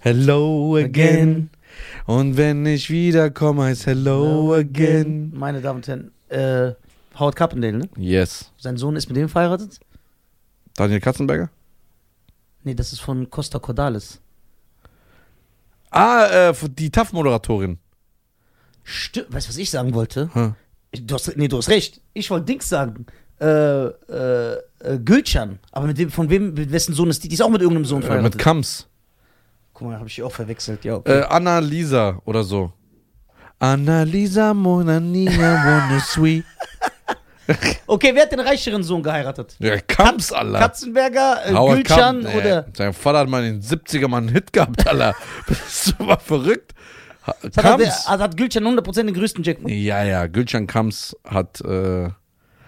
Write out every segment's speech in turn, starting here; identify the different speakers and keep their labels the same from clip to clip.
Speaker 1: Hello again. Und wenn ich wiederkomme, heißt Hello again.
Speaker 2: Meine Damen und Herren, äh, Howard Carpendale, ne?
Speaker 1: Yes.
Speaker 2: Sein Sohn ist mit dem verheiratet?
Speaker 1: Daniel Katzenberger?
Speaker 2: Nee, das ist von Costa Cordalis.
Speaker 1: Ah, äh, die TAF-Moderatorin.
Speaker 2: Stimmt, weißt du, was ich sagen wollte?
Speaker 1: Hm.
Speaker 2: Du hast, nee, du hast recht. Ich wollte Dings sagen. Äh, äh, äh, Gülcan. Aber mit dem, von wem, mit wessen Sohn ist die? Die ist auch mit irgendeinem Sohn
Speaker 1: Äh, mit
Speaker 2: verheiratet.
Speaker 1: Kams.
Speaker 2: Guck mal, habe ich die auch verwechselt. Ja, okay.
Speaker 1: Äh, Anna-Lisa oder so. Anna-Lisa, Mona, Nina, wanna sweet.
Speaker 2: okay, wer hat den reicheren Sohn geheiratet?
Speaker 1: Ja, Kams, Alter.
Speaker 2: Katzenberger, äh,
Speaker 1: Howard
Speaker 2: Gülcan
Speaker 1: Kamp,
Speaker 2: oder.
Speaker 1: Nee. Sein Vater hat mal in den 70er mal einen Hit gehabt, Alter. Bist du mal verrückt? Ha-
Speaker 2: Das hat, der,
Speaker 1: Kams?
Speaker 2: also hat Gülcan 100% den größten Jackpot.
Speaker 1: Ja, ja, Gülcan Kams hat, äh,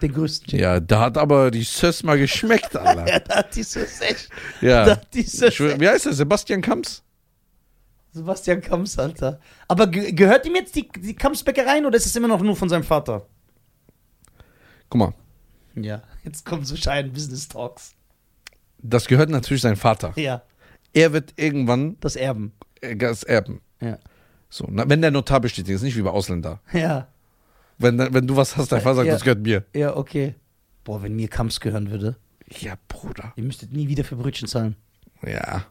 Speaker 2: Den größten Jackpot.
Speaker 1: ja, da hat aber die Söss mal geschmeckt, Alter.
Speaker 2: Ja, da hat die Sus echt. Da
Speaker 1: Ja.
Speaker 2: hat die Sus
Speaker 1: Ich, will- wie heißt der? Sebastian Kams?
Speaker 2: Sebastian Kamps, Alter. Aber ge gehört ihm jetzt die, die Kamps-Bäckerei oder ist es immer noch nur von seinem Vater?
Speaker 1: Guck mal,
Speaker 2: Ja. Jetzt kommen so scheinen Business Talks.
Speaker 1: das gehört natürlich sein Vater.
Speaker 2: Ja,
Speaker 1: Er wird irgendwann
Speaker 2: das Erben.
Speaker 1: äh, das erben.
Speaker 2: Ja.
Speaker 1: So, na, wenn der Notar bestätigt ist, nicht wie bei Ausländer.
Speaker 2: Ja,
Speaker 1: Wenn, da- wenn du was hast, dein Vater sagt,
Speaker 2: Äh, Ja.
Speaker 1: das gehört mir.
Speaker 2: ja, okay. Boah, wenn mir Kamps gehören würde,
Speaker 1: Ja, Bruder.
Speaker 2: ihr müsstet nie wieder für Brötchen zahlen.
Speaker 1: Ja.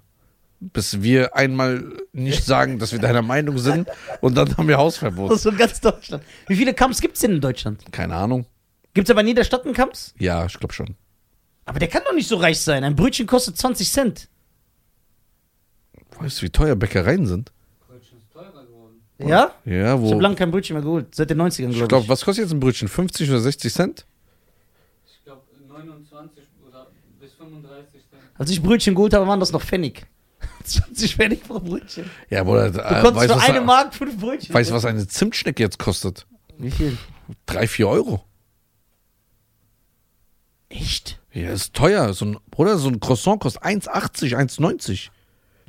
Speaker 1: Bis wir einmal nicht sagen, dass wir deiner Meinung sind und dann haben wir Hausverbot.
Speaker 2: Aus so ganz Deutschland. Wie viele Kamps gibt's denn in Deutschland?
Speaker 1: Keine Ahnung.
Speaker 2: Gibt's aber in jeder Stadt einen Kamps?
Speaker 1: Ja, ich glaube schon.
Speaker 2: Aber der kann doch nicht so reich sein. Ein Brötchen kostet 20 Cent.
Speaker 1: Weißt du, wie teuer Bäckereien sind?
Speaker 3: Brötchen ist teurer geworden.
Speaker 2: Ja?
Speaker 1: Ja,
Speaker 2: Ich
Speaker 1: wo.
Speaker 2: habe lange kein Brötchen mehr geholt. Seit den 90ern, glaube
Speaker 1: Ich
Speaker 2: ich.
Speaker 1: glaube, was kostet jetzt ein Brötchen? 50 oder 60 Cent?
Speaker 3: Ich glaube 29 oder bis 35 Cent.
Speaker 2: Als ich Brötchen geholt habe, waren das noch Pfennig. 20 Pfennig pro Brötchen.
Speaker 1: Ja, Bruder.
Speaker 2: Du
Speaker 1: äh,
Speaker 2: konntest
Speaker 1: weißt
Speaker 2: für
Speaker 1: was-
Speaker 2: eine Mark fünf Brötchen.
Speaker 1: Weißt du, was eine Zimtschnecke jetzt kostet?
Speaker 2: Wie viel?
Speaker 1: 3, 4 Euro.
Speaker 2: Echt?
Speaker 1: Ja, ist teuer. So ein, Bruder, so ein Croissant kostet 1,80, 1,90.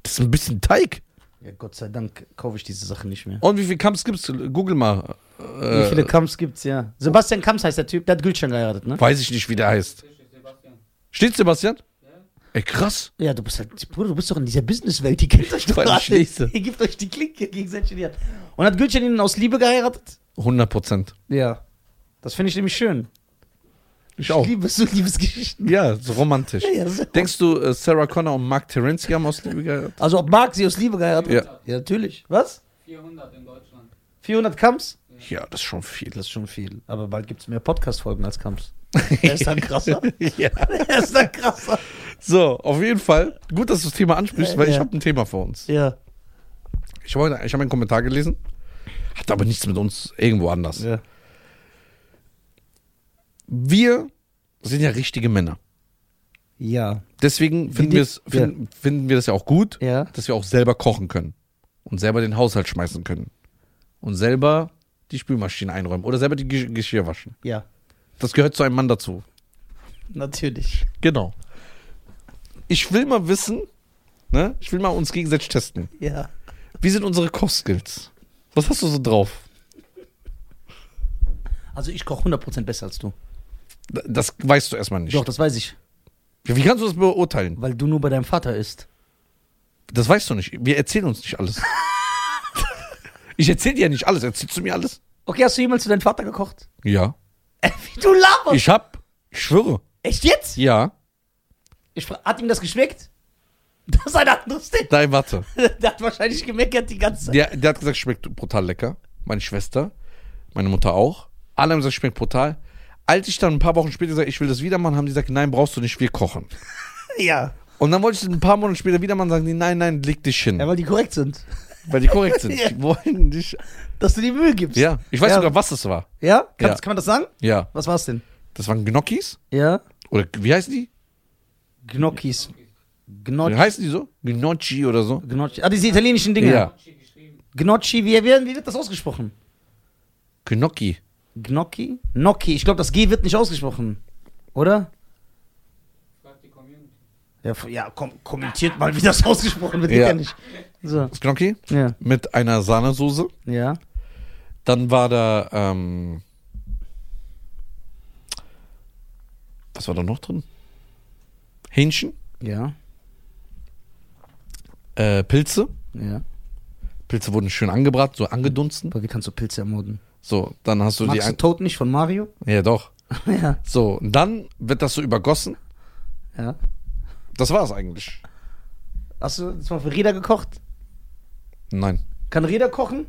Speaker 1: Das ist ein bisschen Teig.
Speaker 2: Ja, Gott sei Dank kaufe ich diese Sachen nicht mehr.
Speaker 1: Und wie viel Kamps gibt's? Google mal. Äh,
Speaker 2: Wie viele Kamps gibt's, ja. Sebastian Kamps heißt der Typ, der hat Gülcan geheiratet, ne?
Speaker 1: Weiß ich nicht, wie der heißt.
Speaker 3: Richtig, Sebastian.
Speaker 1: Steht Sebastian?
Speaker 3: Ja?
Speaker 1: Ey, krass.
Speaker 2: Ja, du bist halt, Bruder, du bist doch in dieser Businesswelt, die kennt euch doch
Speaker 1: Weil ich
Speaker 2: alle.
Speaker 1: lese.
Speaker 2: Ihr gebt euch die Klinke gegenseitig in die Hand. Und hat Gülcan ihn aus Liebe geheiratet?
Speaker 1: 100 Prozent.
Speaker 2: Ja. Das finde ich nämlich schön.
Speaker 1: Ich auch.
Speaker 2: Liebe, so Liebesgeschichten.
Speaker 1: Ja, so romantisch.
Speaker 2: Ja, so.
Speaker 1: Denkst du, äh, Sarah Connor und Mark Terenzi haben aus Liebe geheiratet?
Speaker 2: Also, ob Marc sie aus Liebe geheiratet
Speaker 1: Ja.
Speaker 2: hat? Ja, natürlich. Was?
Speaker 3: 400 in Deutschland.
Speaker 2: 400 Kamps?
Speaker 1: Ja, das ist schon viel.
Speaker 2: Das ist schon viel. Aber bald gibt es mehr Podcast-Folgen als Kamps. Der ist dann krasser.
Speaker 1: ja.
Speaker 2: Der ist dann krasser.
Speaker 1: So, auf jeden Fall. Gut, dass du das Thema ansprichst, weil ich
Speaker 2: Ja.
Speaker 1: habe ein Thema für uns.
Speaker 2: Ja.
Speaker 1: Äh, Ich habe ich hab einen Kommentar gelesen, hat aber nichts mit uns irgendwo anders.
Speaker 2: ja.
Speaker 1: Wir sind ja richtige Männer.
Speaker 2: Ja.
Speaker 1: Deswegen finden,
Speaker 2: die-
Speaker 1: wir's- finden, finden wir das ja auch gut,
Speaker 2: Ja.
Speaker 1: dass wir auch selber kochen können und selber den Haushalt schmeißen können und selber die Spülmaschine einräumen oder selber die Gesch- Geschirr waschen.
Speaker 2: Ja.
Speaker 1: Das gehört zu einem Mann dazu.
Speaker 2: Natürlich.
Speaker 1: Genau. Ich will mal wissen, ne? Ich will mal uns gegenseitig testen.
Speaker 2: Ja.
Speaker 1: Wie sind unsere Kochskills? Was hast du so drauf?
Speaker 2: Also, ich koche 100% besser als du.
Speaker 1: D- Das weißt du erstmal nicht.
Speaker 2: Doch, das weiß ich.
Speaker 1: Ja, Wie kannst du das beurteilen?
Speaker 2: Weil du nur bei deinem Vater isst.
Speaker 1: Das weißt du nicht. Wir erzählen uns nicht alles. ich erzähle dir ja nicht alles. Erzählst du mir alles?
Speaker 2: Okay, hast du jemals für deinen Vater gekocht? Äh,
Speaker 1: Ja.
Speaker 2: Wie du laberst.
Speaker 1: Ich hab, ich schwöre,
Speaker 2: Echt jetzt?
Speaker 1: ja.
Speaker 2: Ich fra- hat ihm das geschmeckt? Das ist ein anderes Ding.
Speaker 1: Nein, warte.
Speaker 2: Der hat wahrscheinlich gemeckert die ganze Zeit.
Speaker 1: Der, der hat gesagt, schmeckt brutal lecker. Meine Schwester, meine Mutter auch. Alle haben gesagt, schmeckt brutal. Als ich dann ein paar Wochen später gesagt ich will das wieder machen, haben die gesagt, nein, brauchst du nicht, wir kochen.
Speaker 2: Ja.
Speaker 1: Und dann wollte ich das ein paar Monate später wieder machen, sagen die, nein, nein, leg dich hin.
Speaker 2: Ja, weil die korrekt sind.
Speaker 1: weil die korrekt sind.
Speaker 2: Ja.
Speaker 1: Die wollen dich.
Speaker 2: Dass du die Mühe gibst.
Speaker 1: Ja, ich weiß
Speaker 2: Ja.
Speaker 1: sogar, was das war.
Speaker 2: Ja? Kann,
Speaker 1: Ja.
Speaker 2: kann man das sagen?
Speaker 1: Ja,
Speaker 2: Was war's denn?
Speaker 1: das waren Gnocchis.
Speaker 2: Ja.
Speaker 1: Oder wie heißen die?
Speaker 2: Gnocchis.
Speaker 1: Wie
Speaker 2: Gnocchi.
Speaker 1: heißen die so? Gnocchi oder so?
Speaker 2: Gnocchi. Ah, diese italienischen Dinge.
Speaker 1: Ja.
Speaker 3: Gucci geschrieben.
Speaker 2: Gnocchi, wie, wie, wie wird das ausgesprochen?
Speaker 1: Gnocchi.
Speaker 2: Gnocchi? Gnocchi. Ich glaube, das G wird nicht ausgesprochen. Oder?
Speaker 3: Fragt die Community.
Speaker 2: Ja, f- ja kom kommentiert mal, wie das ausgesprochen wird.
Speaker 1: Ja.
Speaker 2: Ja. ja nicht. So.
Speaker 1: Das Gnocchi
Speaker 2: Ja.
Speaker 1: mit einer Sahnesoße.
Speaker 2: Ja.
Speaker 1: Dann war da, ähm, was war da noch drin? Hähnchen,
Speaker 2: Ja.
Speaker 1: äh, Pilze,
Speaker 2: Ja.
Speaker 1: Pilze wurden schön angebraten, so angedunsten.
Speaker 2: Aber wie kannst du Pilze ermorden?
Speaker 1: So, dann hast du
Speaker 2: Magst du
Speaker 1: die.
Speaker 2: Toad nicht von Mario?
Speaker 1: An ja, doch.
Speaker 2: ja.
Speaker 1: So, und dann wird das so übergossen.
Speaker 2: ja.
Speaker 1: Das war's eigentlich.
Speaker 2: Hast du jetzt mal für Räder gekocht?
Speaker 1: Nein.
Speaker 2: Kann Räder kochen?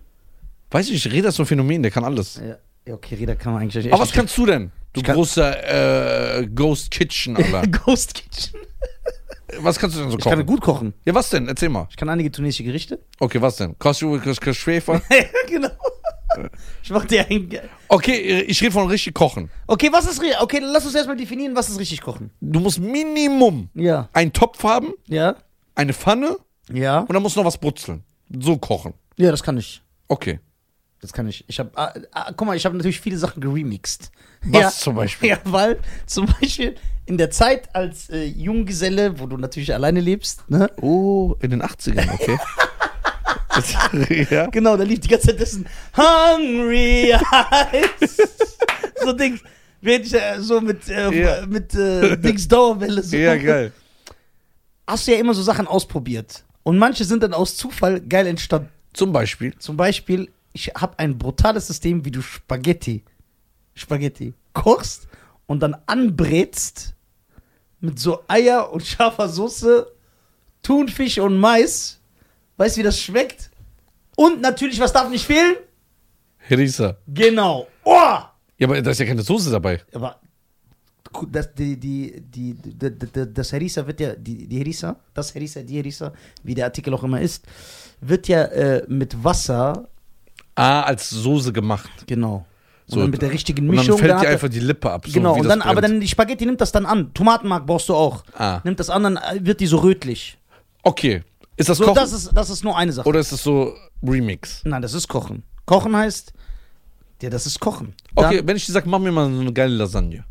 Speaker 1: Weiß ich nicht, Reda ist so ein Phänomen, der kann alles.
Speaker 2: Ja. Ja, okay, Räder kann man eigentlich.
Speaker 1: Aber Ah, was kannst du denn? Du
Speaker 2: Ich kann-
Speaker 1: großer äh, Ghost Kitchen, Alter.
Speaker 2: Ghost Kitchen.
Speaker 1: was kannst du denn so
Speaker 2: Ich kann
Speaker 1: kochen?
Speaker 2: gut kochen.
Speaker 1: Ja, was denn? Erzähl mal.
Speaker 2: Ich kann einige tunesische Gerichte.
Speaker 1: Okay, was denn? Schäfer?
Speaker 2: genau. Ich mach dir ein. Ge-
Speaker 1: Okay, ich rede von richtig kochen.
Speaker 2: Okay, was ist richtig? Okay, lass uns erstmal definieren, was ist richtig kochen.
Speaker 1: Du musst Minimum
Speaker 2: Ja.
Speaker 1: einen Topf haben,
Speaker 2: Ja.
Speaker 1: eine Pfanne
Speaker 2: Ja.
Speaker 1: und dann musst du noch was brutzeln. So kochen.
Speaker 2: Ja, das kann ich.
Speaker 1: Okay.
Speaker 2: Das kann ich. Ich habe, ah, ah, guck mal, ich habe natürlich viele Sachen geremixed.
Speaker 1: Was zum Beispiel?
Speaker 2: Ja, weil zum Beispiel in der Zeit als äh, Junggeselle, wo du natürlich alleine lebst, ne?
Speaker 1: Oh, in den 80ern, okay. ja.
Speaker 2: Genau, da lief die ganze Zeit dessen Hungry Eyes. so Dings. Während ich äh, so mit, äh,
Speaker 1: Ja.
Speaker 2: mit äh, Dings Dauerwelle so.
Speaker 1: ja, genau. geil.
Speaker 2: Hast du ja immer so Sachen ausprobiert. Und manche sind dann aus Zufall geil entstanden.
Speaker 1: Zum Beispiel.
Speaker 2: Zum Beispiel, ich habe ein brutales System, wie du Spaghetti, Spaghetti kochst und dann anbrätst mit so Eier und scharfer Soße, Thunfisch und Mais. Weißt du, wie das schmeckt? Und natürlich, was darf nicht fehlen?
Speaker 1: Herisa.
Speaker 2: Genau. Oh!
Speaker 1: Ja, aber da ist ja keine Soße dabei.
Speaker 2: Aber das, die, die, die, die, die, das Herisa wird ja, die, die Herisa, das Herisa, die Herisa, wie der Artikel auch immer ist, wird ja äh, mit Wasser,
Speaker 1: Ah, als Soße gemacht.
Speaker 2: genau. Und
Speaker 1: So,
Speaker 2: dann mit der richtigen
Speaker 1: Und dann
Speaker 2: Mischung.
Speaker 1: fällt
Speaker 2: da
Speaker 1: dir
Speaker 2: hat er-
Speaker 1: einfach die Lippe ab. So
Speaker 2: genau,
Speaker 1: wie
Speaker 2: und
Speaker 1: das
Speaker 2: dann, aber
Speaker 1: brennt.
Speaker 2: dann die Spaghetti nimmt das dann an. Tomatenmark brauchst du auch.
Speaker 1: Ah.
Speaker 2: Nimmt das an, dann äh, wird die so rötlich.
Speaker 1: Okay. Ist das
Speaker 2: So,
Speaker 1: Kochen
Speaker 2: das ist, das ist nur eine Sache.
Speaker 1: oder ist das so Remix?
Speaker 2: Nein, das ist Kochen. Kochen heißt, ja, das ist Kochen.
Speaker 1: Okay,
Speaker 2: Dann,
Speaker 1: wenn ich dir sage, mach mir mal so eine geile Lasagne.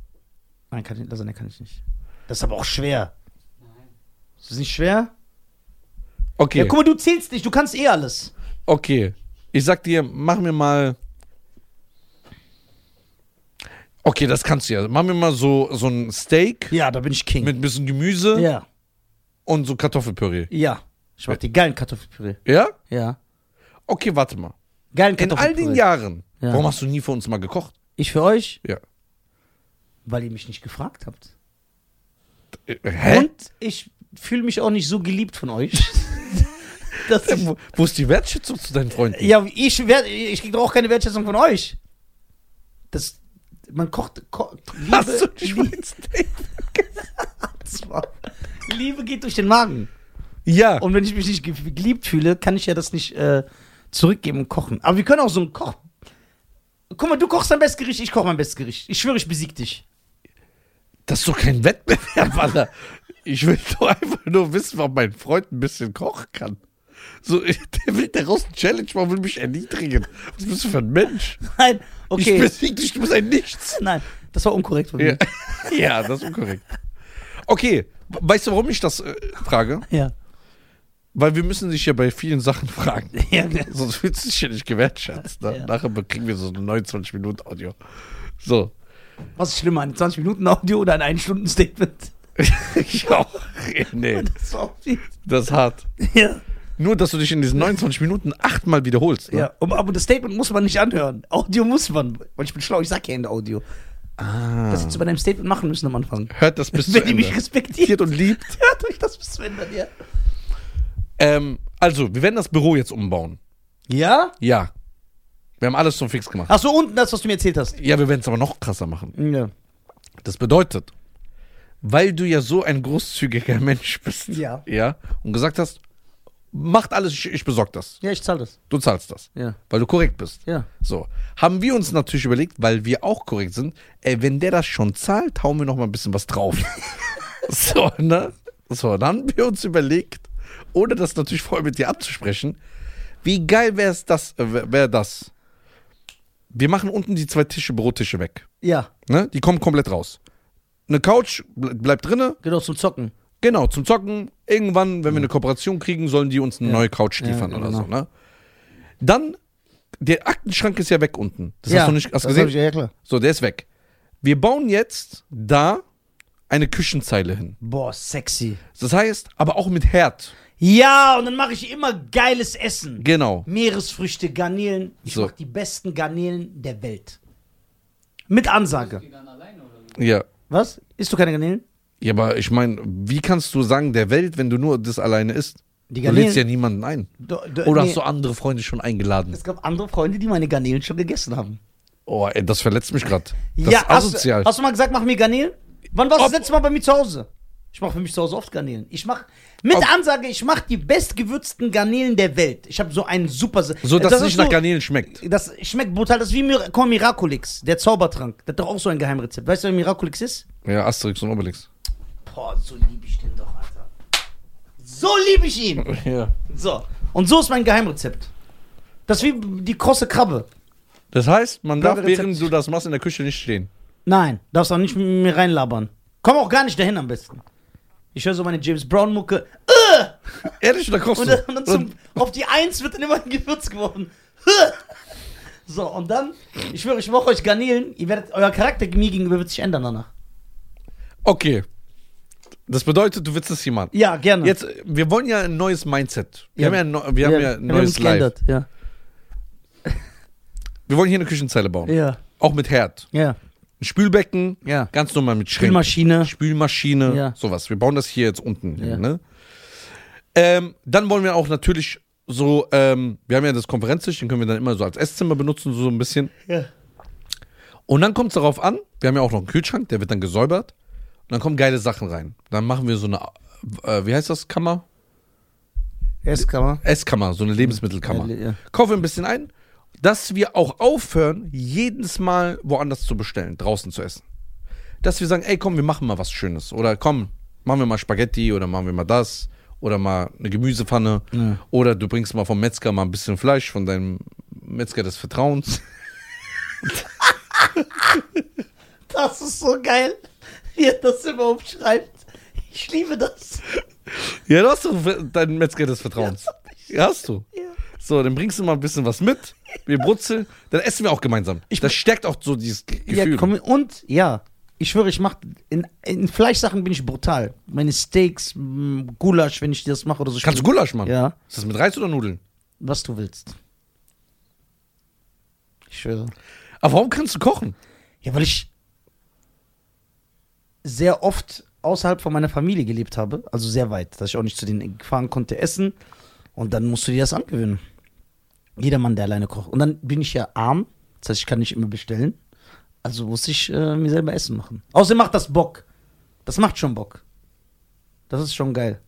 Speaker 2: nein, kann ich, Lasagne kann ich nicht. Das ist aber auch schwer.
Speaker 3: Nein.
Speaker 2: Ist das nicht schwer?
Speaker 1: Okay,
Speaker 2: Ja, guck mal, du zählst nicht, du kannst eh alles.
Speaker 1: okay. Ich sag dir, mach mir mal. Okay, das kannst du ja. Mach mir mal so, so ein Steak
Speaker 2: Ja, da bin ich King.
Speaker 1: mit ein bisschen Gemüse
Speaker 2: ja,
Speaker 1: und so Kartoffelpüree.
Speaker 2: ja. Ich mach die geilen Kartoffelpüree.
Speaker 1: Ja?
Speaker 2: Ja.
Speaker 1: Okay, warte mal.
Speaker 2: Geilen
Speaker 1: In all
Speaker 2: Kartoffelpüree.
Speaker 1: den Jahren,
Speaker 2: Ja.
Speaker 1: warum hast du nie für uns mal gekocht?
Speaker 2: Ich für euch,
Speaker 1: Ja.
Speaker 2: weil ihr mich nicht gefragt habt.
Speaker 1: Äh, Hä?
Speaker 2: Und ich fühle mich auch nicht so geliebt von euch. dass ich,
Speaker 1: Wo, wo ist die Wertschätzung zu deinen Freunden?
Speaker 2: ja, ich, werd- ich kriege doch auch keine Wertschätzung von euch. Das, man kocht. Ko Liebe,
Speaker 1: Hast du nicht mal
Speaker 2: Liebe,
Speaker 1: ein Steak?
Speaker 2: Liebe geht durch den Magen.
Speaker 1: Ja.
Speaker 2: Und wenn ich mich nicht ge- geliebt fühle, kann ich ja das nicht äh, zurückgeben und kochen. Aber wir können auch so einen Koch. Guck mal, du kochst dein bestes Gericht, ich koche mein bestes Gericht. Ich schwöre, ich besieg dich.
Speaker 1: Das ist doch kein Wettbewerb, Alter. Ich will doch einfach nur wissen, ob mein Freund ein bisschen kochen kann. So, der will daraus eine Challenge machen, will mich erniedrigen. Was bist du für ein Mensch?
Speaker 2: Nein,
Speaker 1: Ich
Speaker 2: okay.
Speaker 1: besieg dich, du bist ein Nichts.
Speaker 2: Nein, das war unkorrekt von
Speaker 1: Ja,
Speaker 2: mir.
Speaker 1: ja das ist unkorrekt. Okay, we- weißt du, warum ich das äh, frage?
Speaker 2: Ja.
Speaker 1: Weil wir müssen dich ja bei vielen Sachen fragen.
Speaker 2: Ja, ja.
Speaker 1: Sonst fühlst du dich ja nicht gewertschätzt. Ne?
Speaker 2: Ja.
Speaker 1: Nachher kriegen wir so eine 29-Minuten-Audio. So.
Speaker 2: Was ist schlimmer, ein 20-Minuten-Audio oder ein 1-Stunden-Statement?
Speaker 1: ich auch. Nee,
Speaker 2: Das war auch viel.
Speaker 1: das ist hart.
Speaker 2: Ja.
Speaker 1: Nur, dass du dich in diesen 29 Minuten achtmal wiederholst. Ne?
Speaker 2: ja. Aber aber das Statement muss man nicht anhören. Audio muss man. Weil ich bin schlau, ich sag ja in der Audio.
Speaker 1: Ah.
Speaker 2: Das hättest du bei deinem Statement machen müssen am Anfang.
Speaker 1: Hört das bis zu
Speaker 2: Wenn ihr
Speaker 1: Ende.
Speaker 2: mich respektiert.
Speaker 1: und liebt.
Speaker 2: Hört euch das bis zum Ende, ja.
Speaker 1: Ähm, also, wir werden das Büro jetzt umbauen.
Speaker 2: Ja?
Speaker 1: Ja. Wir haben alles schon fix gemacht.
Speaker 2: Ach so, unten das, was du mir erzählt hast.
Speaker 1: Ja, wir werden es aber noch krasser machen.
Speaker 2: Ja.
Speaker 1: Das bedeutet, weil du ja so ein großzügiger Mensch bist.
Speaker 2: Ja.
Speaker 1: Ja. Und gesagt hast, macht alles, ich, ich besorge das.
Speaker 2: Ja, ich zahle das.
Speaker 1: Du zahlst das.
Speaker 2: Ja.
Speaker 1: Weil du korrekt bist.
Speaker 2: Ja.
Speaker 1: So. Haben wir uns natürlich überlegt, weil wir auch korrekt sind, ey, wenn der das schon zahlt, hauen wir noch mal ein bisschen was drauf. so, ne? So, dann haben wir uns überlegt, ohne das natürlich vorher mit dir abzusprechen, wie geil wäre es das, äh, wär wär das? Wir machen unten die zwei Tische, Bürotische weg.
Speaker 2: Ja,
Speaker 1: Ne? Die kommen komplett raus. Eine Couch ble- bleibt drinne,
Speaker 2: genau zum Zocken.
Speaker 1: Genau, zum Zocken. Irgendwann, wenn wir eine Kooperation kriegen, sollen die uns eine neue Couch liefern
Speaker 2: ja,
Speaker 1: oder
Speaker 2: genau.
Speaker 1: so, ne? Dann, der Aktenschrank ist ja weg unten. Das
Speaker 2: ja,
Speaker 1: hast du nicht hast
Speaker 2: das
Speaker 1: gesehen?
Speaker 2: hab ich- Ja, klar.
Speaker 1: So, der ist weg. Wir bauen jetzt da eine Küchenzeile hin.
Speaker 2: Boah, sexy.
Speaker 1: Das heißt, aber auch mit Herd.
Speaker 2: Ja, und dann mache ich immer geiles Essen.
Speaker 1: Genau.
Speaker 2: Meeresfrüchte, Garnelen. Ich
Speaker 1: So.
Speaker 2: mache die besten Garnelen der Welt. Mit Ansage.
Speaker 3: Die dann alleine oder wie?
Speaker 1: Ja.
Speaker 2: Was? Isst du keine Garnelen?
Speaker 1: Ja, aber ich meine, wie kannst du sagen, der Welt, wenn du nur das alleine isst?
Speaker 2: Die
Speaker 1: Du lädst ja niemanden ein.
Speaker 2: Do- do-
Speaker 1: Oder
Speaker 2: nee.
Speaker 1: hast du andere Freunde schon eingeladen?
Speaker 2: Es gab andere Freunde, die meine Garnelen schon gegessen haben.
Speaker 1: Oh, ey, das verletzt mich gerade. Das ist
Speaker 2: hast du-
Speaker 1: asozial.
Speaker 2: Hast du mal gesagt, mach mir Garnelen? Wann warst du
Speaker 1: Ob-
Speaker 2: das letzte Mal bei mir zu Hause? Ich mache für mich zu Hause oft Garnelen. Ich mache mit
Speaker 1: Ob-
Speaker 2: Ansage, ich mache die bestgewürzten Garnelen der Welt. Ich habe so einen super.
Speaker 1: so, dass es
Speaker 2: das ist
Speaker 1: nicht nach
Speaker 2: so-
Speaker 1: Garnelen schmeckt.
Speaker 2: Das schmeckt brutal. Das ist wie Mir komm, Miraculix, der Zaubertrank. Das hat doch auch so ein Geheimrezept. Weißt du, was Miraculix ist?
Speaker 1: Ja, Asterix und Obelix.
Speaker 2: Boah, so liebe ich den doch, Alter. So liebe ich ihn.
Speaker 1: Ja.
Speaker 2: So. Und so ist mein Geheimrezept. Das ist wie die krosse Krabbe.
Speaker 1: Das heißt, man darf,
Speaker 2: Blaue Rezept.
Speaker 1: während du das machst, in der Küche nicht stehen.
Speaker 2: Nein, darfst auch nicht mit mir reinlabern. Komm auch gar nicht dahin am besten. Ich höre so meine James Brown Mucke. Äh!
Speaker 1: Ehrlich, oder kochst
Speaker 2: Und
Speaker 1: du?
Speaker 2: dann, und dann zum, auf die Eins wird dann immer ein Gewürz geworfen. So, und dann, ich schwöre, ich mache euch Garnelen. Ihr werdet, euer Charakter mir gegenüber wird sich ändern danach.
Speaker 1: okay. Das bedeutet, du willst es jemand.
Speaker 2: Ja, gerne.
Speaker 1: Jetzt, äh, wir wollen ja ein neues Mindset. Wir
Speaker 2: Ja.
Speaker 1: haben ja, ein neu- wir haben ja ein
Speaker 2: wir haben
Speaker 1: neues
Speaker 2: uns
Speaker 1: Live.
Speaker 2: geändert. Ja.
Speaker 1: Wir wollen hier eine Küchenzeile bauen.
Speaker 2: ja,
Speaker 1: Auch mit Herd.
Speaker 2: ja,
Speaker 1: Ein Spülbecken,
Speaker 2: ja.
Speaker 1: ganz normal mit Schränken.
Speaker 2: Spülmaschine.
Speaker 1: Spülmaschine,
Speaker 2: Ja.
Speaker 1: sowas. Wir bauen das hier jetzt unten. hin,
Speaker 2: Ja.
Speaker 1: Ne? Ähm, dann wollen wir auch natürlich so, ähm, wir haben ja das Konferenztisch, den können wir dann immer so als Esszimmer benutzen, so ein bisschen.
Speaker 2: Ja.
Speaker 1: Und dann kommt es darauf an, wir haben ja auch noch einen Kühlschrank, der wird dann gesäubert. Und dann kommen geile Sachen rein. Dann machen wir so eine, äh, wie heißt das, Kammer?
Speaker 2: Esskammer.
Speaker 1: Esskammer, so eine Lebensmittelkammer.
Speaker 2: Ja, ja.
Speaker 1: Kaufen wir ein bisschen ein, dass wir auch aufhören, jedes Mal woanders zu bestellen, draußen zu essen. Dass wir sagen, ey, komm, wir machen mal was Schönes. Oder komm, machen wir mal Spaghetti oder machen wir mal das. Oder mal eine Gemüsepfanne. Oder du bringst mal vom Metzger mal ein bisschen Fleisch von deinem Metzger des Vertrauens.
Speaker 2: Das ist so geil, wie er das immer umschreibt. Ich liebe das.
Speaker 1: Ja, du hast doch deinen Metzger des Vertrauens. Ja, hast du.
Speaker 2: Ja.
Speaker 1: So, dann bringst du mal ein bisschen was mit. Wir brutzeln. Dann essen wir auch gemeinsam. das stärkt auch so dieses Gefühl.
Speaker 2: Ja, komm, und ja, ich schwöre, ich mache in, in Fleischsachen bin ich brutal. Meine Steaks, mm, Gulasch, wenn ich das mache oder so.
Speaker 1: Kannst du Gulasch machen?
Speaker 2: Ja,
Speaker 1: Ist das mit Reis oder Nudeln?
Speaker 2: was du willst. Ich schwöre.
Speaker 1: Aber warum kannst du kochen?
Speaker 2: Ja, weil ich sehr oft außerhalb von meiner Familie gelebt habe, also sehr weit, dass ich auch nicht zu denen fahren konnte, essen. Und dann musst du dir das angewöhnen. Jeder Mann, der alleine kocht. Und dann bin ich ja arm, das heißt, ich kann nicht immer bestellen. Also muss ich äh, mir selber Essen machen. Außerdem macht das Bock. Das macht schon Bock. Das ist schon geil.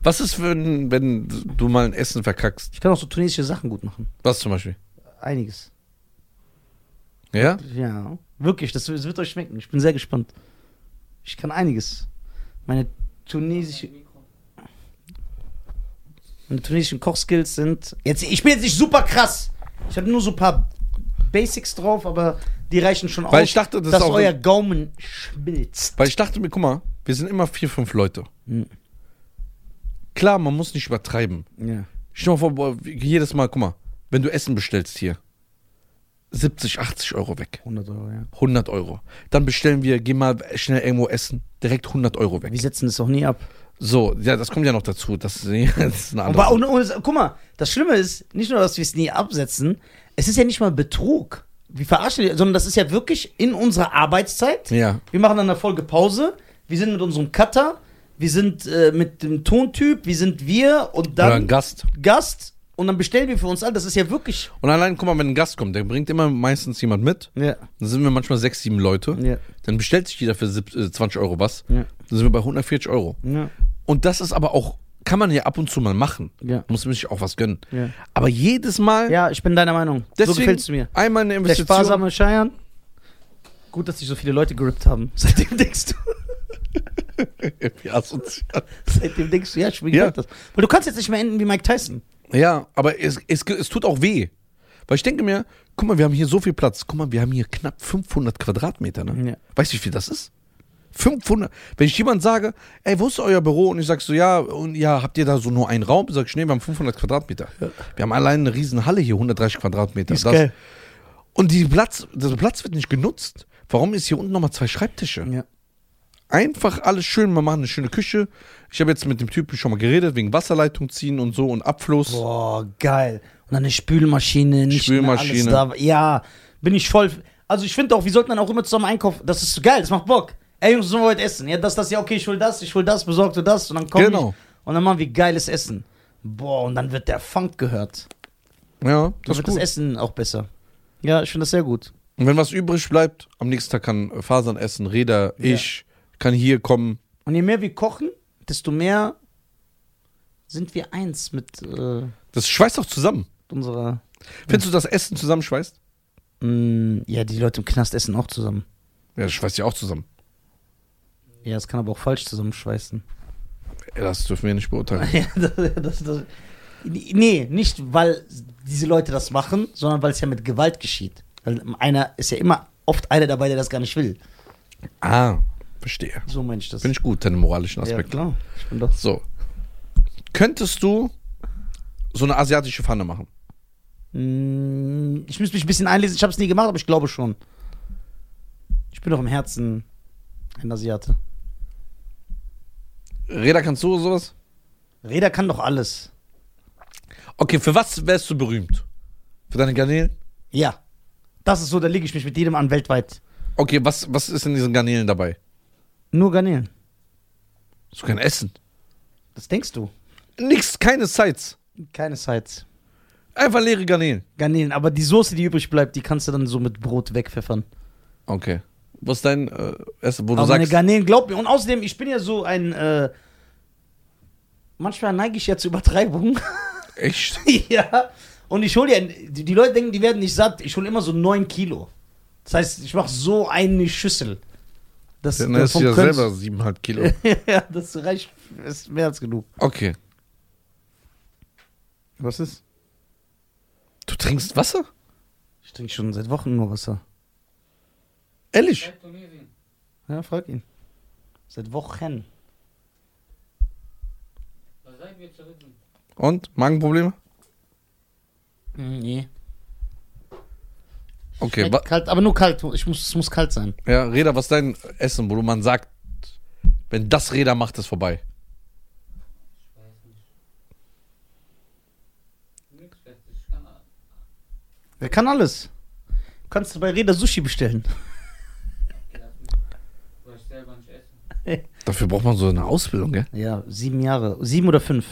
Speaker 1: Was ist, wenn, wenn du mal ein Essen verkackst?
Speaker 2: Ich kann auch so tunesische Sachen gut machen.
Speaker 1: Was zum Beispiel?
Speaker 2: Einiges.
Speaker 1: Ja?
Speaker 2: Ja, wirklich, das, das wird euch schmecken. Ich bin sehr gespannt. Ich kann einiges. Meine tunesische
Speaker 3: Mikro.
Speaker 2: Meine tunesischen Kochskills sind. Jetzt, ich bin jetzt nicht super krass. Ich habe nur so ein paar Basics drauf, aber die reichen schon aus.
Speaker 1: Weil ich dachte, das ist
Speaker 2: dass
Speaker 1: auch-
Speaker 2: euer Gaumen schmilzt.
Speaker 1: Weil ich dachte mir, guck mal, wir sind immer vier, fünf Leute.
Speaker 2: Mhm.
Speaker 1: Klar, man muss nicht übertreiben.
Speaker 2: Ja.
Speaker 1: Stell dir mal vor, boah, jedes Mal, guck mal, wenn du Essen bestellst hier, 70, 80 Euro weg.
Speaker 2: 100 Euro, ja.
Speaker 1: 100 Euro. Dann bestellen wir, geh mal schnell irgendwo essen, direkt 100 Euro weg.
Speaker 2: Wir setzen das auch nie ab.
Speaker 1: So, ja, das kommt ja noch dazu. Das, das ist eine andere
Speaker 2: Aber
Speaker 1: Sache.
Speaker 2: ohne, ohne, guck mal, das Schlimme ist, nicht nur, dass wir es nie absetzen, es ist ja nicht mal Betrug. Wir verarschen die, sondern das ist ja wirklich in unserer Arbeitszeit.
Speaker 1: Ja.
Speaker 2: Wir machen dann eine Folge Pause. Wir sind mit unserem Cutter. Wir sind äh, mit dem Tontyp. Wir sind wir und
Speaker 1: Oder ein
Speaker 2: dann
Speaker 1: Gast.
Speaker 2: Gast. Und dann bestellen wir für uns alle. Das ist ja wirklich.
Speaker 1: Und allein, guck mal, wenn ein Gast kommt, der bringt immer meistens jemand mit.
Speaker 2: Ja.
Speaker 1: Dann sind wir manchmal sechs, sieben Leute.
Speaker 2: Ja.
Speaker 1: Dann bestellt sich jeder für sieb- äh, 20 Euro was.
Speaker 2: Ja.
Speaker 1: Dann sind wir bei 140 Euro.
Speaker 2: Ja.
Speaker 1: Und das ist aber auch, kann man ja ab und zu mal machen.
Speaker 2: Ja.
Speaker 1: Muss man sich auch was gönnen.
Speaker 2: Ja.
Speaker 1: Aber jedes Mal,
Speaker 2: Ja, ich bin deiner Meinung.
Speaker 1: deswegen
Speaker 2: so gefällst du mir.
Speaker 1: einmal eine
Speaker 2: Der
Speaker 1: Investition.
Speaker 2: sparsame Scheiern. Gut, dass sich so viele Leute gerippt haben. Seitdem denkst du,
Speaker 1: ja, sozial.
Speaker 2: seitdem denkst du, ja, ich bin
Speaker 1: Ja.
Speaker 2: das. Weil du kannst jetzt nicht mehr enden wie Mike Tyson.
Speaker 1: ja, aber es, es, es tut auch weh. Weil ich denke mir, guck mal, wir haben hier so viel Platz. Guck mal, wir haben hier knapp 500 Quadratmeter. Ne?
Speaker 2: Ja.
Speaker 1: Weißt du, wie viel das ist? 500. Wenn ich jemand sage, ey, wo ist euer Büro? Und ich sag so, ja, und ja, habt ihr da so nur einen Raum? Sag ich, nee, wir haben 500 Quadratmeter. Wir haben allein eine riesen Halle hier, 130 Quadratmeter.
Speaker 2: Ist geil.
Speaker 1: Und die Platz, der Platz wird nicht genutzt. Warum ist hier unten nochmal zwei Schreibtische?
Speaker 2: Ja.
Speaker 1: Einfach alles schön, wir machen eine schöne Küche. Ich habe jetzt mit dem Typen schon mal geredet, wegen Wasserleitung ziehen und so und Abfluss.
Speaker 2: Boah, geil. Und dann eine Spülmaschine, nicht mehr
Speaker 1: Spülmaschine.
Speaker 2: Alles da. Ja, bin ich voll. Also ich finde auch, wir sollten dann auch immer zusammen einkaufen. Das ist geil, das macht Bock. Ey Jungs, sollen wir heute essen? Ja, das, das, ja, okay, ich hol das, ich hol das, besorgt du das und dann kommen
Speaker 1: Genau.
Speaker 2: ich, und dann machen wir geiles Essen. Boah, und dann wird der Funk gehört.
Speaker 1: Ja,
Speaker 2: Dann
Speaker 1: das ist
Speaker 2: wird das
Speaker 1: gut.
Speaker 2: Essen auch besser. Ja, ich finde das sehr gut.
Speaker 1: Und wenn was übrig bleibt, am nächsten Tag kann Fasern essen, Räder,
Speaker 2: Ja.
Speaker 1: ich, kann hier kommen.
Speaker 2: Und je mehr wir kochen, desto mehr sind wir eins mit äh,
Speaker 1: Das schweißt auch zusammen.
Speaker 2: unserer.
Speaker 1: Findest du, dass Essen zusammenschweißt?
Speaker 2: Mm, ja, die Leute im Knast essen auch zusammen.
Speaker 1: Ja, das schweißt ja auch zusammen.
Speaker 2: Ja, das kann aber auch falsch zusammenschweißen.
Speaker 1: Ja, Das dürfen wir nicht beurteilen.
Speaker 2: Ja, das, das, das, nee, nicht weil diese Leute das machen, sondern weil es ja mit Gewalt geschieht. Weil einer ist ja immer oft einer dabei, der das gar nicht will.
Speaker 1: Ah, verstehe.
Speaker 2: So meine ich das.
Speaker 1: Bin ich gut, deinen moralischen
Speaker 2: ja,
Speaker 1: Aspekt.
Speaker 2: klar. Ich bin doch.
Speaker 1: so. Könntest du so eine asiatische Pfanne machen?
Speaker 2: Mm, Ich müsste mich ein bisschen einlesen. Ich habe es nie gemacht, aber ich glaube schon. Ich bin doch im Herzen ein Asiate.
Speaker 1: Räder kannst du sowas?
Speaker 2: Reda kann doch alles.
Speaker 1: Okay, für was wärst du berühmt? Für deine Garnelen?
Speaker 2: Ja. Das ist so, da lege ich mich mit jedem an weltweit.
Speaker 1: Okay, was, was ist in diesen Garnelen dabei?
Speaker 2: Nur Garnelen.
Speaker 1: So kein Essen.
Speaker 2: Das denkst du?
Speaker 1: Nix, keine Sides.
Speaker 2: Keinesfalls.
Speaker 1: Einfach leere Garnelen.
Speaker 2: Garnelen, aber die Soße, die übrig bleibt, die kannst du dann so mit Brot wegpfeffern.
Speaker 1: Okay. Was ist dein äh, Essen, wo
Speaker 2: Aber
Speaker 1: du
Speaker 2: meine
Speaker 1: sagst,
Speaker 2: Garnelen, glaub mir. Und außerdem, ich bin ja so ein. Äh, manchmal neige ich ja zu Übertreibung.
Speaker 1: echt?
Speaker 2: ja. Und ich hole ja. Die, die Leute denken, die werden nicht satt. Ich hole immer so 9 Kilo. Das heißt, ich mache so eine Schüssel. Das,
Speaker 1: Dann isst
Speaker 2: davon
Speaker 1: du ja
Speaker 2: könnt's-
Speaker 1: selber siebeneinhalb Kilo.
Speaker 2: ja, das reicht. Ist mehr als genug.
Speaker 1: Okay.
Speaker 2: Was ist?
Speaker 1: Du trinkst Wasser?
Speaker 2: Ich trinke schon seit Wochen nur Wasser.
Speaker 1: Ehrlich?
Speaker 3: Seit Tunesien.
Speaker 2: Ja, frag ihn. Seit Wochen.
Speaker 3: Da seid ihr zerritten.
Speaker 1: Und? Magenprobleme?
Speaker 2: Mm, Nee.
Speaker 1: Okay, wa
Speaker 2: Kalt, aber nur kalt. Ich muss, es muss kalt sein.
Speaker 1: ja, Reda, was ist dein Essen, wo du man sagt, wenn das Reda macht, ist vorbei?
Speaker 3: Ich weiß nicht. Nix festes. Ich kann a-
Speaker 2: Wer kann alles? Du kannst bei Reda Sushi bestellen.
Speaker 3: lassen. Weil ich selber nicht esse.
Speaker 1: Dafür braucht man so eine Ausbildung, gell?
Speaker 2: Ja, sieben Jahre. Sieben oder fünf.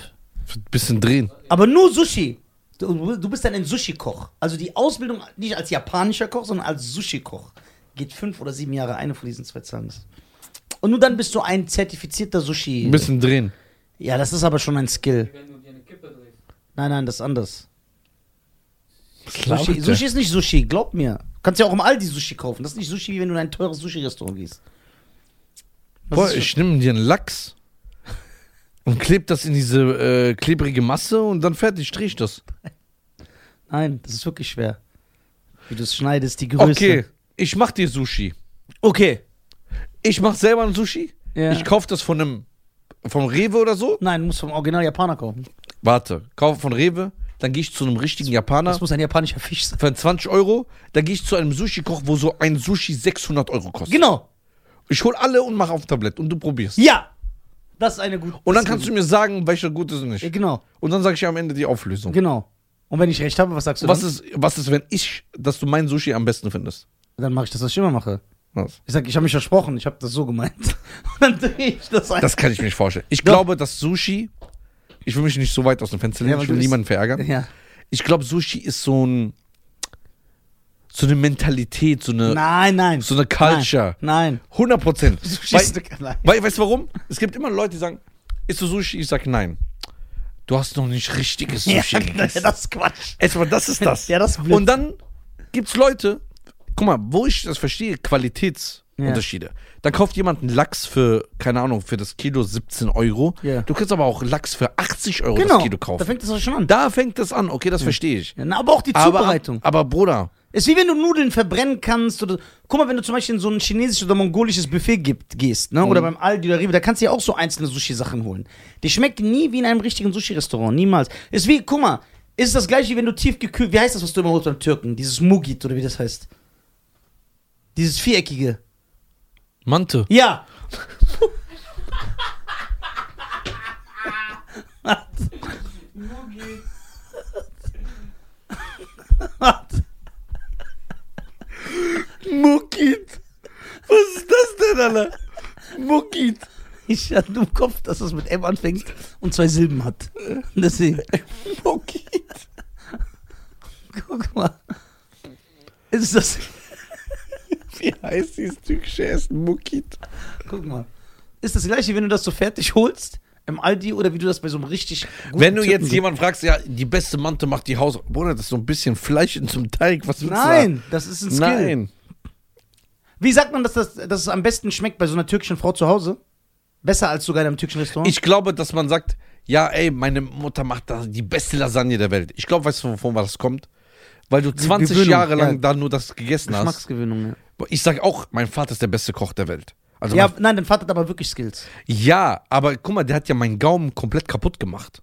Speaker 1: Für ein bisschen drehen.
Speaker 2: Aber nur Sushi. Du, du bist dann ein Sushi-Koch. Also die Ausbildung nicht als japanischer Koch, sondern als Sushi-Koch. Geht fünf oder sieben Jahre. Eine von diesen zwei Zahlen ist. Und nur dann bist du ein zertifizierter Sushi.
Speaker 1: Ein bisschen drehen.
Speaker 2: Ja, das ist aber schon ein Skill.
Speaker 3: Wie wenn du dir eine Kippe drehst.
Speaker 2: Nein, nein, das ist anders.
Speaker 1: Was
Speaker 2: Sushi,
Speaker 1: labert der?
Speaker 2: Sushi ist nicht Sushi, glaub mir. Du kannst ja auch im Aldi Sushi kaufen. Das ist nicht Sushi, wie wenn du in ein teures Sushi-Restaurant gehst. Was
Speaker 1: Boah,
Speaker 2: ist-
Speaker 1: ich nehme dir einen Lachs und kleb das in diese äh, klebrige Masse und dann fertig drehe ich das.
Speaker 2: Nein, das ist wirklich schwer. Wie du es schneidest, die Größe.
Speaker 1: Okay, ich mach dir Sushi.
Speaker 2: Okay.
Speaker 1: Ich mach selber ein Sushi.
Speaker 2: Ja.
Speaker 1: Ich kauf das von einem vom Rewe oder so.
Speaker 2: Nein, du musst vom Original Japaner kaufen.
Speaker 1: Warte, kauf von Rewe, dann gehe ich zu einem richtigen Japaner
Speaker 2: Das muss ein japanischer Fisch sein.
Speaker 1: für 20 Euro, dann gehe ich zu einem Sushi-Koch, wo so ein Sushi 600 Euro kostet.
Speaker 2: Genau.
Speaker 1: Ich hol alle und mach auf Tablett und du probierst.
Speaker 2: Ja. Das ist eine gute.
Speaker 1: Und dann kannst du mir sagen, welcher gut ist und
Speaker 2: Ja,
Speaker 1: nicht.
Speaker 2: genau.
Speaker 1: Und dann sage ich am Ende die Auflösung.
Speaker 2: Genau. Und wenn ich recht habe, was sagst du
Speaker 1: Was
Speaker 2: dann?
Speaker 1: ist, was ist, wenn ich, dass du mein Sushi am besten findest?
Speaker 2: Dann mache ich das, was ich immer mache.
Speaker 1: Was?
Speaker 2: Ich sag, ich habe mich versprochen, ich habe das so gemeint. Und dann drehe ich das ein.
Speaker 1: Das kann ich mir nicht vorstellen. Ich
Speaker 2: Doch.
Speaker 1: glaube, dass Sushi, ich will mich nicht so weit aus dem Fenster lehnen,
Speaker 2: weil
Speaker 1: ich
Speaker 2: du
Speaker 1: will
Speaker 2: bist-
Speaker 1: niemanden verärgern.
Speaker 2: ja.
Speaker 1: Ich glaube, Sushi ist so ein, so eine Mentalität, so eine,
Speaker 2: Nein, nein.
Speaker 1: so eine Culture.
Speaker 2: Nein. nein.
Speaker 1: 100 Prozent.
Speaker 2: Sushi
Speaker 1: Weil,
Speaker 2: ist eine- nein.
Speaker 1: weil, weißt du warum? Es gibt immer Leute, die sagen, isst du Sushi? Ich sag nein. Du hast noch nicht richtiges Sushi
Speaker 2: Ja,
Speaker 1: gegessen.
Speaker 2: das ist Quatsch.
Speaker 1: Erstmal, das ist das.
Speaker 2: Ja, das ist blöd.
Speaker 1: Und dann gibt's Leute, guck mal, wo ich das verstehe, Qualitätsunterschiede. Da kauft jemand einen Lachs für, keine Ahnung, für das Kilo 17 Euro.
Speaker 2: Ja.
Speaker 1: Du kannst aber auch Lachs für 80 Euro
Speaker 2: Genau.
Speaker 1: das Kilo
Speaker 2: Da
Speaker 1: kaufen.
Speaker 2: fängt das auch schon an.
Speaker 1: Da fängt das an, okay, das verstehe ich.
Speaker 2: Ja, na, aber auch die
Speaker 1: Aber,
Speaker 2: Zubereitung.
Speaker 1: aber Bruder,
Speaker 2: Ist wie wenn du Nudeln verbrennen kannst oder. Guck mal, wenn du zum Beispiel in so ein chinesisches oder mongolisches Buffet gibt, gehst, ne? Oder beim Aldi oder Rewe, da kannst du ja auch so einzelne Sushi-Sachen holen. Die schmeckt nie wie in einem richtigen Sushi-Restaurant, niemals. Ist wie, guck mal, ist das gleiche, wie wenn du tiefgekühlt. Wie heißt das, was du immer holst beim Türken? Dieses Mugit oder wie das heißt? Dieses viereckige.
Speaker 1: Mante.
Speaker 2: Ja. Warte,
Speaker 3: Nur geht.
Speaker 1: Muckit. Was ist das denn, Alter? Muckit.
Speaker 2: Ich hatte im Kopf, dass das mit M anfängt und zwei Silben hat. Deswegen.
Speaker 1: Muckit.
Speaker 2: Guck mal. Ist das.
Speaker 1: Wie heißt dieses türkische Essen? Muckit.
Speaker 2: Guck mal. Ist das gleiche, wenn du das so fertig holst im Aldi oder wie du das bei so einem richtig guten
Speaker 1: Wenn du
Speaker 2: Typen
Speaker 1: jetzt
Speaker 2: so-
Speaker 1: jemand fragst, ja, die beste Mante macht die Haus. Bruder, das ist so ein bisschen Fleisch in so einem Teig. Was willst
Speaker 2: Nein, das ist
Speaker 1: du
Speaker 2: ein
Speaker 1: da?
Speaker 2: Skill.
Speaker 1: Nein.
Speaker 2: Wie sagt man, dass, das, dass es am besten schmeckt bei so einer türkischen Frau zu Hause? Besser als sogar in einem türkischen Restaurant?
Speaker 1: Ich glaube, dass man sagt, ja, ey, meine Mutter macht da die beste Lasagne der Welt. Ich glaube, weißt du, wovon das kommt? Weil du 20
Speaker 2: Gewöhnung,
Speaker 1: Jahre lang
Speaker 2: ja.
Speaker 1: da nur das gegessen hast.
Speaker 2: Geschmacksgewöhnung, ja.
Speaker 1: Ich sag auch, mein Vater ist der beste Koch der Welt. Also
Speaker 2: ja, nein, dein Vater hat aber wirklich Skills.
Speaker 1: Ja, aber guck mal, der hat ja meinen Gaumen komplett kaputt gemacht.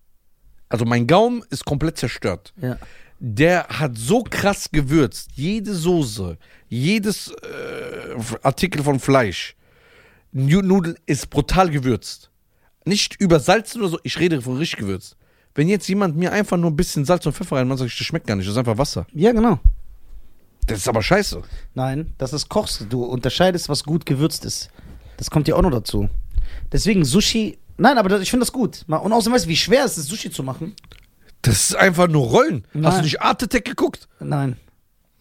Speaker 1: Also mein Gaumen ist komplett zerstört.
Speaker 2: Ja.
Speaker 1: Der hat so krass gewürzt, jede Soße, jedes äh, Artikel von Fleisch, Nu- Nudeln ist brutal gewürzt. Nicht übersalzen oder so, ich rede von richtig gewürzt. Wenn jetzt jemand mir einfach nur ein bisschen Salz und Pfeffer reinmacht, sag ich, das schmeckt gar nicht, das ist einfach Wasser.
Speaker 2: Ja, genau.
Speaker 1: Das ist aber scheiße.
Speaker 2: Nein, das ist Kochs. Du unterscheidest, was gut gewürzt ist. Das kommt ja auch noch dazu. Deswegen Sushi. Nein, aber das, ich finde das gut. Mal- Und außerdem weißt du, wie schwer es ist, Sushi zu machen?
Speaker 1: Das ist einfach nur Rollen. Hast
Speaker 2: Nein.
Speaker 1: du nicht Arte Tech geguckt?
Speaker 2: Nein.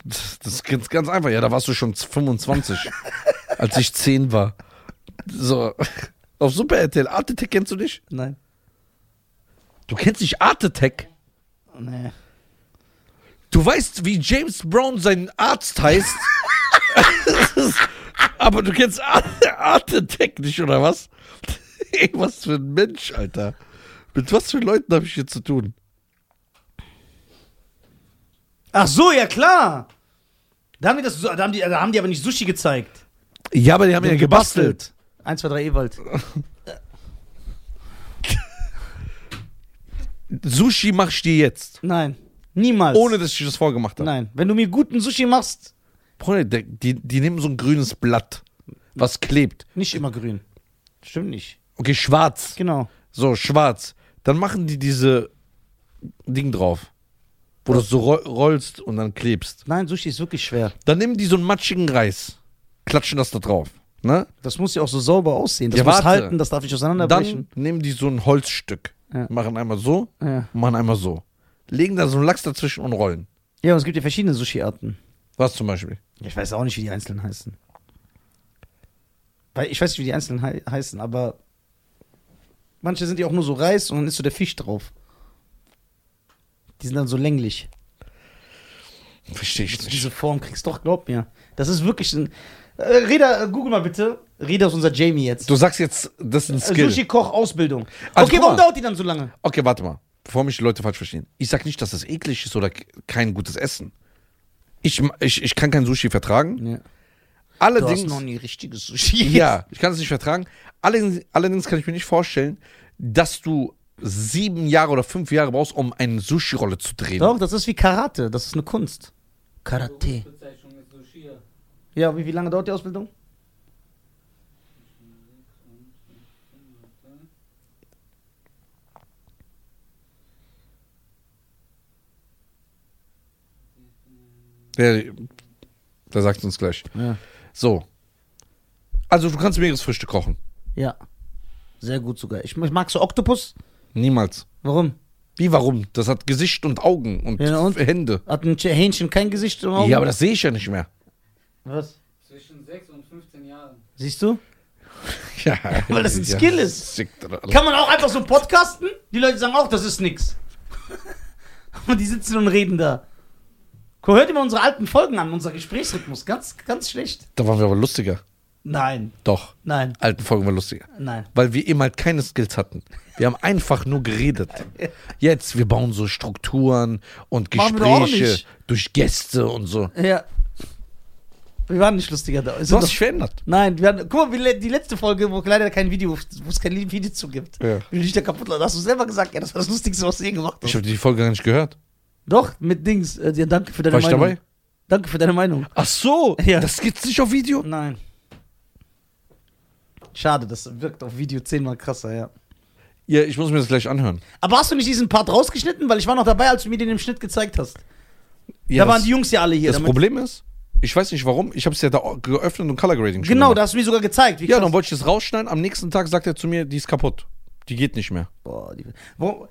Speaker 1: Das ist ganz, ganz einfach. Ja, da warst du schon 25, als ich 10 war. So. Auf Super RTL. Arte Tech kennst du nicht?
Speaker 2: Nein.
Speaker 1: Du kennst nicht Arte Tech.
Speaker 2: Nee.
Speaker 1: Du weißt, wie James Brown seinen Arzt heißt. Aber du kennst Arte, Arte Tech nicht, oder was? Ey, was für ein Mensch, Alter. Mit was für Leuten habe ich hier zu tun?
Speaker 2: Ach so, ja klar. Da haben die, das, da haben die, da haben die aber nicht Sushi gezeigt.
Speaker 1: Ja, aber die haben
Speaker 2: Die
Speaker 1: ja
Speaker 2: haben
Speaker 1: gebastelt.
Speaker 2: 1, 2, 3 Ewald.
Speaker 1: Sushi mach ich dir jetzt.
Speaker 2: Nein. Niemals.
Speaker 1: Ohne dass ich das vorgemacht habe.
Speaker 2: Nein. Wenn du mir guten Sushi machst,
Speaker 1: Bruder, der- die, die nehmen so ein grünes Blatt, was klebt.
Speaker 2: nicht immer grün. Stimmt nicht.
Speaker 1: Okay, schwarz.
Speaker 2: Genau.
Speaker 1: So, schwarz. Dann machen die diese Ding drauf, wo du es so roll- rollst und dann klebst.
Speaker 2: Nein, Sushi ist wirklich schwer.
Speaker 1: Dann nehmen die so einen matschigen Reis, klatschen das da drauf. Ne?
Speaker 2: Das muss ja auch so sauber aussehen. Das
Speaker 1: Ja,
Speaker 2: muss
Speaker 1: warte.
Speaker 2: halten, das darf nicht
Speaker 1: Dann
Speaker 2: auseinanderbrechen.
Speaker 1: nehmen die so ein Holzstück,
Speaker 2: Ja.
Speaker 1: machen einmal so,
Speaker 2: Ja.
Speaker 1: machen einmal so. Legen da so einen Lachs dazwischen und rollen.
Speaker 2: ja, aber es gibt ja verschiedene Sushi-Arten.
Speaker 1: Was zum Beispiel?
Speaker 2: Ich weiß auch nicht, wie die einzelnen heißen. Weil ich weiß nicht, wie die einzelnen hei heißen, aber manche sind ja auch nur so Reis und dann ist so der Fisch drauf. Die sind dann so länglich.
Speaker 1: Verstehe ich nicht.
Speaker 2: Diese Form kriegst doch, glaub mir. Das ist wirklich ein. Äh, Reda, äh, google mal bitte. Reda ist unser Jamie jetzt.
Speaker 1: Du sagst jetzt, das ist
Speaker 2: Äh,
Speaker 1: ein Skill.
Speaker 2: Sushi-Koch-Ausbildung.
Speaker 1: Also,
Speaker 2: okay,
Speaker 1: guck
Speaker 2: warum
Speaker 1: mal.
Speaker 2: dauert die dann so lange?
Speaker 1: Okay, warte mal, bevor mich die Leute falsch verstehen. Ich sag nicht, dass das eklig ist oder k- kein gutes Essen. Ich, m- ich, ich kann kein Sushi vertragen.
Speaker 2: Du hast
Speaker 1: Allerdings.
Speaker 2: noch nie richtiges Sushi.
Speaker 1: Ja, ich kann es nicht vertragen. Allerdings, allerdings kann ich mir nicht vorstellen, dass du sieben Jahre oder fünf Jahre brauchst, um eine Sushi-Rolle zu drehen.
Speaker 2: Doch, das ist wie Karate. Das ist eine Kunst. Karate.
Speaker 3: Berufsbezeichnung ist Sushi. ja.
Speaker 2: Ja, wie, wie lange dauert die Ausbildung?
Speaker 1: Der, der sagt uns gleich.
Speaker 2: Ja.
Speaker 1: So. Also, du kannst mehrere Früchte kochen.
Speaker 2: Ja. Sehr gut sogar. Ich, ich mag so Oktopus.
Speaker 1: Niemals.
Speaker 2: Warum?
Speaker 1: Wie, warum? Das hat Gesicht und Augen und,
Speaker 2: Ja, und?
Speaker 1: Hände.
Speaker 2: Hat ein Ch- Hähnchen kein Gesicht im Auge?
Speaker 1: Ja, aber das sehe ich ja nicht mehr.
Speaker 2: Was?
Speaker 3: Zwischen 6 und 15 Jahren.
Speaker 2: Siehst du?
Speaker 1: Ja,
Speaker 2: Weil das ein Skill ist.
Speaker 1: Sick, Alter.
Speaker 2: Kann man auch einfach so podcasten? Die Leute sagen auch, das ist nix. Und die sitzen und reden da. Guck, hört ihr mal unsere alten Folgen an, unser Gesprächsrhythmus. Ganz, ganz schlecht.
Speaker 1: Da waren wir aber lustiger.
Speaker 2: Nein,
Speaker 1: Doch.
Speaker 2: nein,
Speaker 1: Alten Folgen war lustiger.
Speaker 2: nein.
Speaker 1: Weil wir eben halt keine Skills hatten. Wir haben einfach nur geredet. Jetzt, wir bauen so Strukturen und
Speaker 2: Machen wir doch auch
Speaker 1: Gespräche
Speaker 2: nicht.
Speaker 1: durch Gäste und so.
Speaker 2: Ja. Wir waren nicht lustiger da. Also
Speaker 1: Du hast dich verändert.
Speaker 2: Nein, wir hatten, guck mal, wie le- die letzte Folge, wo leider kein Video, wo es kein Video zu gibt.
Speaker 1: Ja.
Speaker 2: Wie du dich da kaputt lacht. Hast du selber gesagt, ja, das war das Lustigste, was du je gemacht hast.
Speaker 1: Ich habe die Folge gar nicht gehört.
Speaker 2: Doch, mit Dings. Äh, ja, danke für deine
Speaker 1: War ich
Speaker 2: Meinung.
Speaker 1: dabei?
Speaker 2: Danke für deine Meinung.
Speaker 1: Ach so,
Speaker 2: Ja.
Speaker 1: das gibt's nicht auf Video.
Speaker 2: Nein. Schade, das wirkt auf Video zehnmal krasser, ja.
Speaker 1: Ja, ich muss mir das gleich anhören.
Speaker 2: Aber hast du nicht diesen Part rausgeschnitten? Weil ich war noch dabei, als du mir den im Schnitt gezeigt hast.
Speaker 1: Ja,
Speaker 2: da waren
Speaker 1: das-
Speaker 2: die Jungs ja alle hier.
Speaker 1: Das
Speaker 2: damit-
Speaker 1: Problem ist, ich weiß nicht warum, ich habe es ja da geöffnet und Color Grading schon
Speaker 2: genau,
Speaker 1: gemacht.
Speaker 2: da hast du mir sogar gezeigt. Wie
Speaker 1: Ja,
Speaker 2: krass-
Speaker 1: dann wollte ich es rausschneiden. Am nächsten Tag sagt er zu mir, die ist kaputt. Die geht nicht mehr.
Speaker 2: Boah, die, wo,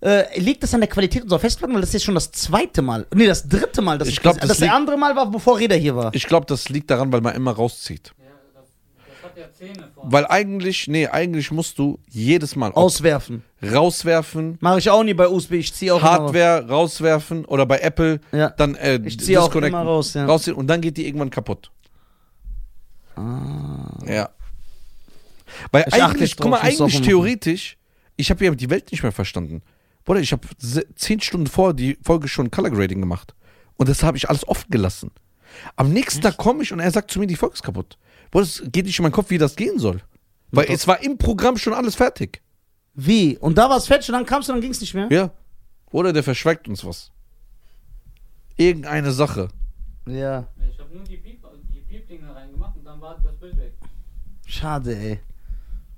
Speaker 2: äh, liegt das an der Qualität unserer Festplatten? Weil das ist jetzt schon das zweite Mal. Nee, das dritte Mal. dass
Speaker 1: Ich
Speaker 2: es-
Speaker 1: glaub, das
Speaker 2: das, der
Speaker 1: liegt-
Speaker 2: andere Mal war, bevor Reda hier war.
Speaker 1: Ich glaube, das liegt daran, weil man immer rauszieht.
Speaker 3: Ja, das, das hat ja Zähne vorne.
Speaker 1: Weil eigentlich, nee, eigentlich musst du jedes Mal ob
Speaker 2: Auswerfen.
Speaker 1: rauswerfen,
Speaker 2: Mache ich auch nie bei USB. Ich ziehe auch
Speaker 1: Hardware rauswerfen oder bei Apple,
Speaker 2: Ja.
Speaker 1: dann äh,
Speaker 2: Ich zieh auch
Speaker 1: disconnecten,
Speaker 2: immer raus, ja.
Speaker 1: rausziehen und dann geht die irgendwann kaputt. Ja. Weil
Speaker 2: Ah. Ich achte
Speaker 1: eigentlich,
Speaker 2: drauf,
Speaker 1: guck mal,
Speaker 2: ich muss
Speaker 1: eigentlich
Speaker 2: Sachen
Speaker 1: theoretisch, ich habe ja die Welt nicht mehr verstanden. Bruder, ich habe zehn Stunden vor die Folge schon Color Grading gemacht. Und das habe ich alles offen gelassen. Am nächsten Tag komme ich und er sagt zu mir, die Folge ist kaputt. Bruder, es geht nicht in meinen Kopf, wie das gehen soll. Weil es war im Programm schon alles fertig.
Speaker 2: Noch. Wie? Und da war es fetch und dann kamst du und dann ging es nicht mehr?
Speaker 1: Ja. Oder der verschweigt uns was. Irgendeine Sache.
Speaker 2: Ja.
Speaker 3: Ich habe nur die Piep, die Piepdinger reingemacht und dann war das Bild weg.
Speaker 2: Schade, ey.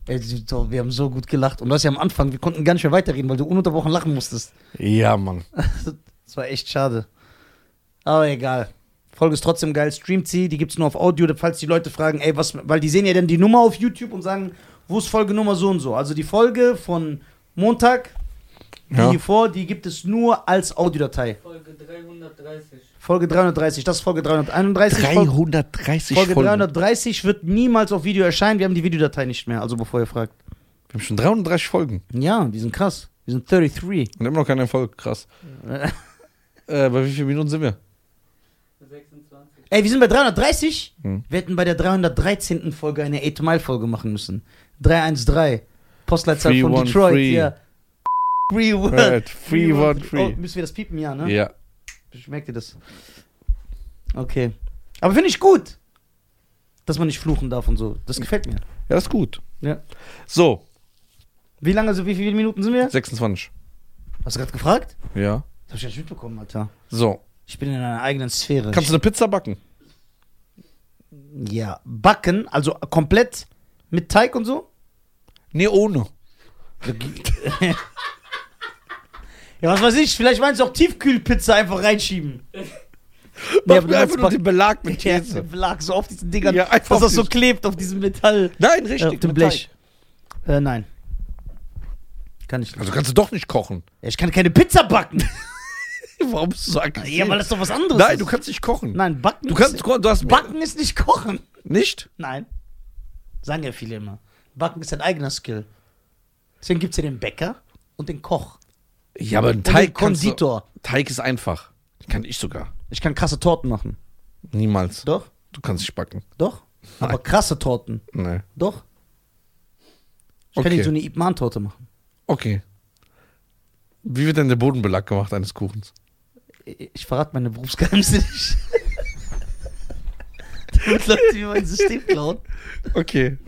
Speaker 2: Ey, die- doch, wir haben so gut gelacht. Und das ja am Anfang, wir konnten gar nicht mehr weiterreden, weil du ununterbrochen lachen musstest.
Speaker 1: Ja, Mann.
Speaker 2: Das war echt schade. Aber egal. Folge ist trotzdem geil. Streamt sie, die gibt's nur auf Audio, falls die Leute fragen, ey, was, weil die sehen ja dann die Nummer auf YouTube und sagen, wo ist Folgenummer so und so. Also die Folge von Montag, die
Speaker 1: Ja.
Speaker 2: hier vor, die gibt es nur als Audiodatei.
Speaker 3: Folge 330.
Speaker 2: Folge 330, das ist Folge 331. Folge-
Speaker 1: 330
Speaker 2: Folge
Speaker 1: Folgen.
Speaker 2: 330 wird niemals auf Video erscheinen. Wir haben die Videodatei nicht mehr, also bevor ihr fragt.
Speaker 1: Wir haben schon 330 Folgen
Speaker 2: Ja, die sind krass. Die sind 33.
Speaker 1: und immer noch kein Erfolg. Krass. Äh, bei wie vielen Minuten sind wir?
Speaker 3: 26.
Speaker 2: Ey, wir sind bei 330.
Speaker 1: Hm.
Speaker 2: Wir hätten bei der 313. Folge eine 8 Mile Folge machen müssen. 313. Postleitzahl von
Speaker 1: 313.
Speaker 2: Detroit. Ja. Free World.
Speaker 1: Right, 313.
Speaker 2: Oh, müssen wir das piepen, ja, ne?
Speaker 1: Ja.
Speaker 2: Ich merke dir das. Okay. Aber finde ich gut, dass man nicht fluchen darf und so. Das gefällt mir.
Speaker 1: Ja, das ist gut.
Speaker 2: Ja.
Speaker 1: So,
Speaker 2: Wie lange, also wie viele Minuten sind wir?
Speaker 1: 26.
Speaker 2: Hast du gerade gefragt?
Speaker 1: Ja.
Speaker 2: Das hab ich gar nicht mitbekommen, Alter.
Speaker 1: So.
Speaker 2: Ich bin in einer eigenen Sphäre.
Speaker 1: Kannst du eine Pizza backen?
Speaker 2: ja, backen, also komplett mit Teig und so?
Speaker 1: Nee, ohne.
Speaker 2: Ja, was weiß ich, vielleicht meinst du auch Tiefkühlpizza einfach reinschieben.
Speaker 1: Mach
Speaker 2: aber du
Speaker 1: mir einfach
Speaker 2: meinst
Speaker 1: nur
Speaker 2: back-
Speaker 1: den Belag mit
Speaker 2: Ja,
Speaker 1: Käse.
Speaker 2: Belag so auf diesen Dingern,
Speaker 1: Ja, einfach
Speaker 2: dass
Speaker 1: auf
Speaker 2: das so
Speaker 1: dieses-
Speaker 2: klebt auf diesem Metall.
Speaker 1: Nein,
Speaker 2: Äh,
Speaker 1: richtig.
Speaker 2: auf dem
Speaker 1: mit
Speaker 2: Blech.
Speaker 1: Teig.
Speaker 2: Äh, nein. Kann ich nicht.
Speaker 1: Also kannst du doch nicht kochen.
Speaker 2: Ja, ich kann keine Pizza backen.
Speaker 1: Warum bist du so aggressiv?
Speaker 2: ja, weil das doch was anderes
Speaker 1: Nein,
Speaker 2: ist.
Speaker 1: du kannst nicht kochen.
Speaker 2: Nein, backen
Speaker 1: Du kannst,
Speaker 2: ist,
Speaker 1: du hast
Speaker 2: Backen ist nicht kochen.
Speaker 1: Nicht?
Speaker 2: Nein. Sagen ja viele immer. Backen ist ein eigener Skill. Deswegen gibt es ja den Bäcker und den Koch.
Speaker 1: Ja, aber ein
Speaker 2: Und den
Speaker 1: Teig. kannst du-
Speaker 2: Konditor.
Speaker 1: Teig ist einfach. Kann ich sogar.
Speaker 2: Ich kann krasse Torten machen.
Speaker 1: Niemals.
Speaker 2: Doch?
Speaker 1: Du kannst nicht backen.
Speaker 2: Doch? Aber krasse Torten.
Speaker 1: Nein.
Speaker 2: Doch. Ich kann
Speaker 1: Okay.
Speaker 2: dir so eine Ibman-Torte machen.
Speaker 1: Okay. Wie wird denn der Bodenbelag gemacht eines Kuchens?
Speaker 2: Ich ich verrate meine Berufsgeheimnisse nicht. Damit Leute mir mein System klauen.
Speaker 1: Okay.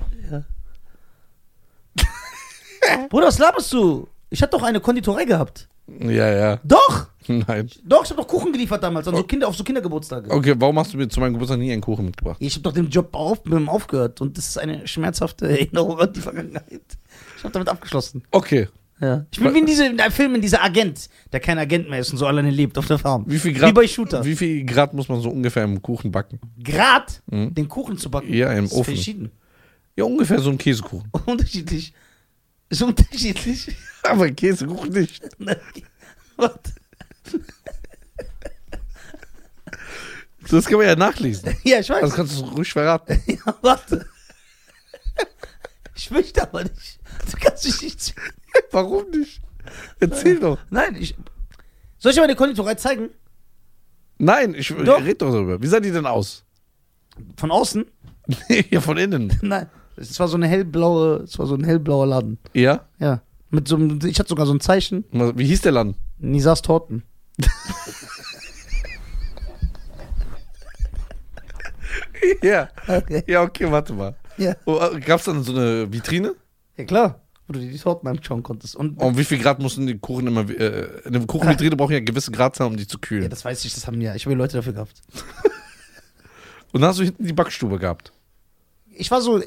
Speaker 2: Bruder, was laberst du? Ich hatte doch eine Konditorei gehabt.
Speaker 1: Ja, ja.
Speaker 2: Doch!
Speaker 1: Nein.
Speaker 2: Doch, ich habe doch Kuchen geliefert damals an so Kinder, auf so Kindergeburtstage.
Speaker 1: Okay, warum hast du mir zu meinem Geburtstag nie einen Kuchen mitgebracht?
Speaker 2: Ich habe doch den Job auf, mit dem aufgehört und das ist eine schmerzhafte Erinnerung an die Vergangenheit. Ich habe damit abgeschlossen.
Speaker 1: Okay.
Speaker 2: Ja. Ich bin wie in diesem Film, in dieser Agent, der kein Agent mehr ist und so alleine lebt auf der Farm.
Speaker 1: Wie viel Grad,
Speaker 2: Wie bei Shooter.
Speaker 1: Wie viel Grad muss man so ungefähr im Kuchen backen?
Speaker 2: Grad,
Speaker 1: Mhm.
Speaker 2: den Kuchen zu backen.
Speaker 1: Ja, im
Speaker 2: Das ist
Speaker 1: Ofen.
Speaker 2: Verschieden.
Speaker 1: Ja, ungefähr so ein Käsekuchen.
Speaker 2: Unterschiedlich. Ist unterschiedlich.
Speaker 1: Aber Käsekuchen nicht.
Speaker 2: Warte.
Speaker 1: Das kann man ja nachlesen.
Speaker 2: ja, ich weiß.
Speaker 1: Das kannst du ruhig verraten.
Speaker 2: ja, warte. Ich möchte aber nicht. Du kannst mich nicht zwingen.
Speaker 1: Warum nicht? Erzähl doch.
Speaker 2: Nein, ich. Soll ich dir meine Konditorei zeigen?
Speaker 1: Nein, ich
Speaker 2: Doch.
Speaker 1: red doch darüber. Wie sah die denn aus?
Speaker 2: Von außen?
Speaker 1: ja, von innen.
Speaker 2: Nein. Es war so eine hellblaue, es war so ein hellblauer Laden.
Speaker 1: Ja?
Speaker 2: Ja. Mit so einem, ich hatte sogar so ein Zeichen.
Speaker 1: Wie hieß der Laden?
Speaker 2: Nisas Torten.
Speaker 1: Ja.
Speaker 2: Okay.
Speaker 1: Ja, okay, warte mal.
Speaker 2: Ja.
Speaker 1: Oh, äh, Gab's dann so eine Vitrine?
Speaker 2: Ja klar. Wo du dir die Torten anschauen konntest. Und
Speaker 1: Und wie viel Grad muss denn die Kuchen immer. Äh, eine Kuchenvitrine braucht ja einen gewissen Grad sein, um die zu
Speaker 2: ja,
Speaker 1: kühlen.
Speaker 2: das weiß ich, das haben ja. Ich habe ja Leute dafür gehabt.
Speaker 1: Und dann hast du hinten die Backstube gehabt.
Speaker 2: Ich war so,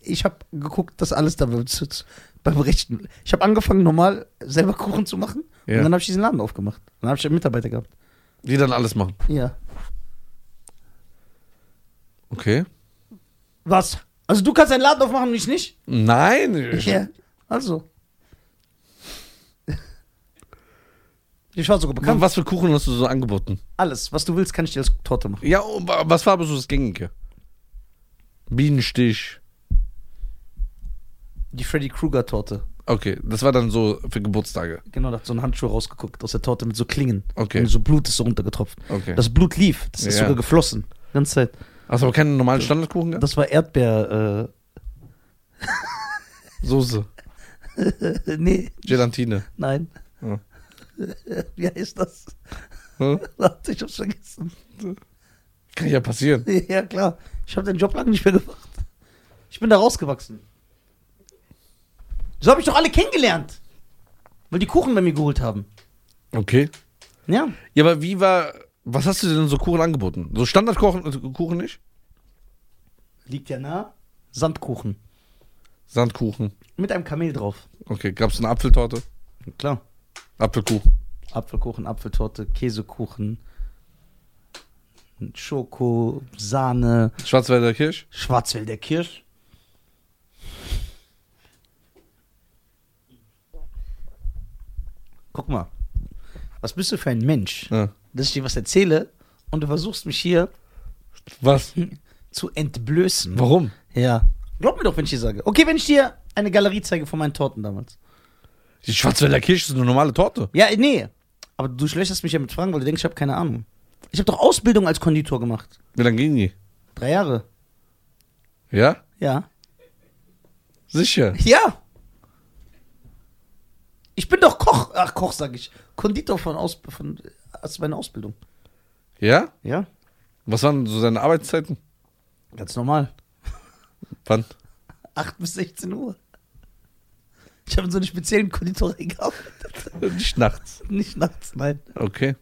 Speaker 2: ich habe geguckt, dass alles da wird. beim rechten. Ich habe angefangen, normal selber Kuchen zu machen.
Speaker 1: Ja.
Speaker 2: Und dann habe ich diesen Laden aufgemacht. Dann habe ich einen Mitarbeiter gehabt.
Speaker 1: Die dann alles machen.
Speaker 2: Ja.
Speaker 1: Okay.
Speaker 2: Was? Also du kannst einen Laden aufmachen und ich nicht?
Speaker 1: Nein. Ich,
Speaker 2: Ja. Also. Ich war sogar bekannt.
Speaker 1: Was für Kuchen hast du so angeboten?
Speaker 2: Alles, was du willst, kann ich dir als Torte machen.
Speaker 1: Ja, und wa- was war aber so das Gängige? Bienenstich.
Speaker 2: Die Freddy Krueger-Torte.
Speaker 1: Okay, das war dann so für Geburtstage.
Speaker 2: Genau, da hat so ein Handschuh rausgeguckt aus der Torte mit so Klingen.
Speaker 1: Okay.
Speaker 2: Und so Blut ist so runtergetropft.
Speaker 1: Okay.
Speaker 2: Das Blut lief, das ist
Speaker 1: Ja.
Speaker 2: sogar geflossen. Die ganze Zeit.
Speaker 1: Hast aber keinen normalen Standardkuchen gehabt?
Speaker 2: Das war Erdbeer,
Speaker 1: Soße,
Speaker 2: äh, nee,
Speaker 1: Gelatine.
Speaker 2: nein.
Speaker 1: Ja.
Speaker 2: Wie heißt das?
Speaker 1: Hm?
Speaker 2: Warte, ich hab's vergessen.
Speaker 1: Kann ja passieren.
Speaker 2: Ja, klar. Ich habe den Job lange nicht mehr gemacht. Ich bin da rausgewachsen. So habe ich doch alle kennengelernt. Weil die Kuchen bei mir geholt haben.
Speaker 1: Okay.
Speaker 2: Ja.
Speaker 1: Ja, aber wie war. Was hast du denn so Kuchen angeboten? So Standardkuchen also Kuchen nicht?
Speaker 2: Liegt ja nah. Sandkuchen.
Speaker 1: Sandkuchen.
Speaker 2: Mit einem Kamel drauf.
Speaker 1: Okay, gab es eine Apfeltorte?
Speaker 2: Klar.
Speaker 1: Apfelkuchen.
Speaker 2: Apfelkuchen, Apfeltorte, Käsekuchen, Schoko, Sahne,
Speaker 1: Schwarzwälder Kirsch?
Speaker 2: Schwarzwälder Kirsch. Guck mal, was bist du für ein Mensch,
Speaker 1: Ja.
Speaker 2: dass ich dir was erzähle und du versuchst mich hier
Speaker 1: Was?
Speaker 2: zu entblößen.
Speaker 1: Warum?
Speaker 2: Ja. Glaub mir doch, wenn ich dir sage. Okay, wenn ich dir eine Galerie zeige von meinen Torten damals.
Speaker 1: Die Schwarzwälder Kirsch ist eine normale Torte.
Speaker 2: Ja, nee. Aber du schlechterst mich ja mit Fragen, weil du denkst, ich habe keine Ahnung. Ich habe doch Ausbildung als Konditor gemacht.
Speaker 1: Wie lange ging die?
Speaker 2: Drei Jahre.
Speaker 1: Ja?
Speaker 2: Ja.
Speaker 1: Sicher.
Speaker 2: Ja. Ich bin doch Koch. Ach, Koch sag ich. Konditor von Aus von als meine Ausbildung.
Speaker 1: Ja?
Speaker 2: Ja.
Speaker 1: Was waren so seine Arbeitszeiten?
Speaker 2: Ganz normal.
Speaker 1: Wann?
Speaker 2: 8 bis 16 Uhr. Ich habe in so einer speziellen Konditorei gearbeitet.
Speaker 1: Nicht nachts.
Speaker 2: Nicht nachts, nein.
Speaker 1: Okay.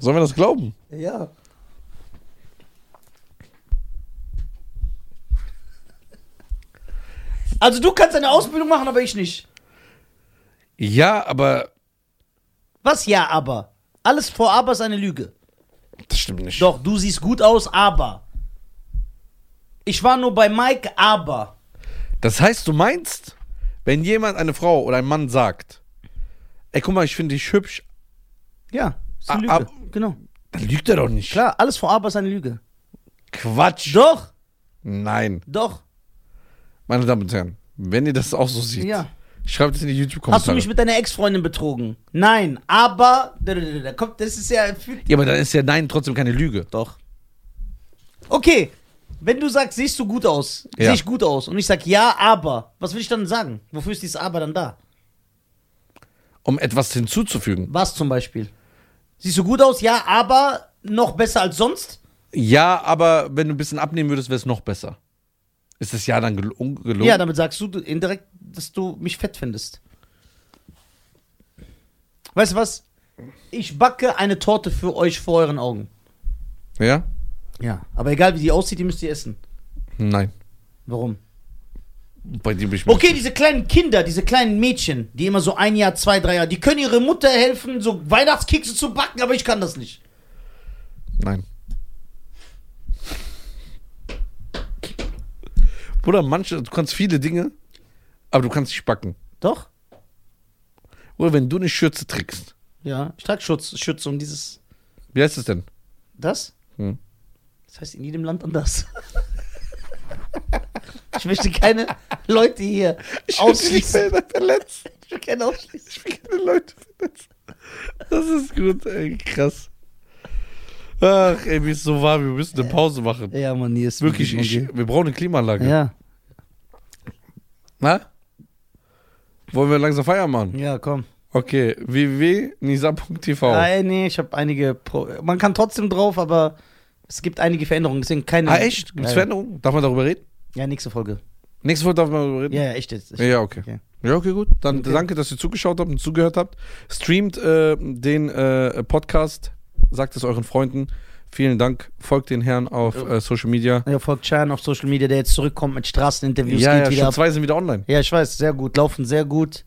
Speaker 1: Sollen wir das glauben?
Speaker 2: Ja. Also du kannst eine Ausbildung machen, aber ich nicht.
Speaker 1: Ja, aber
Speaker 2: Was ja, aber? Alles vor aber ist eine Lüge.
Speaker 1: das stimmt nicht.
Speaker 2: Doch, du siehst gut aus, aber. Ich war nur bei Mike, aber.
Speaker 1: Das heißt, du meinst, wenn jemand eine Frau oder ein Mann sagt, ey, guck mal, ich finde dich hübsch,
Speaker 2: Ja, ist eine
Speaker 1: A-
Speaker 2: Lüge. genau.
Speaker 1: dann lügt er doch nicht.
Speaker 2: Klar, alles vor aber ist eine Lüge.
Speaker 1: Quatsch.
Speaker 2: Doch,
Speaker 1: Nein.
Speaker 2: doch.
Speaker 1: Meine Damen und Herren, wenn ihr das auch so seht,
Speaker 2: Ja.
Speaker 1: schreibt es in die
Speaker 2: Hast du
Speaker 1: YouTube-Kommentare.
Speaker 2: mich mit deiner Ex-Freundin betrogen? Nein, aber. Da, da, da, da, Kommt, das ist ja.
Speaker 1: Ja, aber dann ist ja Nein trotzdem keine Lüge.
Speaker 2: Doch. Okay, wenn du sagst, siehst du gut aus,
Speaker 1: Ja.
Speaker 2: sehe ich gut aus, und ich sag ja, aber, was will ich dann sagen? Wofür ist dieses aber dann da?
Speaker 1: Um etwas hinzuzufügen.
Speaker 2: Was zum Beispiel? Siehst du gut aus, ja, aber noch besser als sonst?
Speaker 1: Ja, aber wenn du ein bisschen abnehmen würdest, wäre es noch besser. Ist das Ja dann gel ungelogen?
Speaker 2: Ja, damit sagst du indirekt, dass du mich fett findest. Weißt du was? Ich backe eine Torte für euch vor euren Augen.
Speaker 1: ja?
Speaker 2: Ja. Aber egal wie die aussieht, die müsst ihr essen.
Speaker 1: Nein.
Speaker 2: Warum?
Speaker 1: Bei dir bin ich mir-
Speaker 2: Okay, diese kleinen Kinder, diese kleinen Mädchen, die immer so ein Jahr, zwei, drei Jahre, die können ihre Mutter helfen, so Weihnachtskekse zu backen, aber ich kann das nicht.
Speaker 1: Nein. Bruder, manche, du kannst viele Dinge, aber du kannst nicht backen.
Speaker 2: Doch?
Speaker 1: Oder wenn du eine Schürze trägst.
Speaker 2: Ja. Ich trage Schutz, Schütze um dieses.
Speaker 1: Wie heißt es denn?
Speaker 2: Das?
Speaker 1: Hm.
Speaker 2: Das heißt in jedem Land anders. ich möchte keine Leute hier ausschließen.
Speaker 1: verletzt.
Speaker 2: Ich will keine ausschließen.
Speaker 1: Ich will keine Leute verletzen. Das ist gut, ey, krass. Ach, ey, mir ist so warm, wir müssen eine Pause machen.
Speaker 2: Ja, Mann, hier ist
Speaker 1: Wirklich, ich, wir brauchen eine Klimaanlage.
Speaker 2: Ja,
Speaker 1: Na? Wollen wir langsam Feier machen?
Speaker 2: ja, komm.
Speaker 1: Okay, www.nisa.tv.
Speaker 2: Ah, nee, ich habe einige. Pro Man kann trotzdem drauf, aber es gibt einige Veränderungen. Deswegen keine.
Speaker 1: Ah, echt? Gibt's
Speaker 2: genau. ja,
Speaker 1: Veränderungen? Darf man darüber reden?
Speaker 2: Ja, nächste Folge.
Speaker 1: Nächste Woche darf man darüber reden?
Speaker 2: Ja, ja, echt jetzt.
Speaker 1: Ja, ja, okay.
Speaker 2: Okay.
Speaker 1: Ja, okay, gut. Dann
Speaker 2: Okay.
Speaker 1: danke, dass ihr zugeschaut habt und zugehört habt. Streamt äh, den äh, Podcast, sagt es euren Freunden, Vielen Dank. Folgt den Herrn auf äh, Social Media.
Speaker 2: Ja, folgt Chan auf Social Media, der jetzt zurückkommt mit Straßeninterviews.
Speaker 1: Ja, ja,
Speaker 2: wieder
Speaker 1: schon
Speaker 2: ab.
Speaker 1: zwei sind wieder online.
Speaker 2: ja, ich weiß, sehr gut, laufen sehr gut.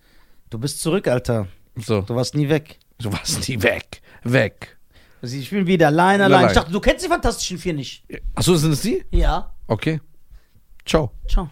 Speaker 2: Du bist zurück, Alter.
Speaker 1: So,
Speaker 2: Du warst nie weg.
Speaker 1: du warst nie weg. Weg.
Speaker 2: Also ich bin wieder allein, allein.
Speaker 1: Allein.
Speaker 2: Ich dachte, du kennst die Fantastischen Vier nicht.
Speaker 1: Achso, sind es die?
Speaker 2: Ja.
Speaker 1: Okay. Ciao.
Speaker 2: Ciao.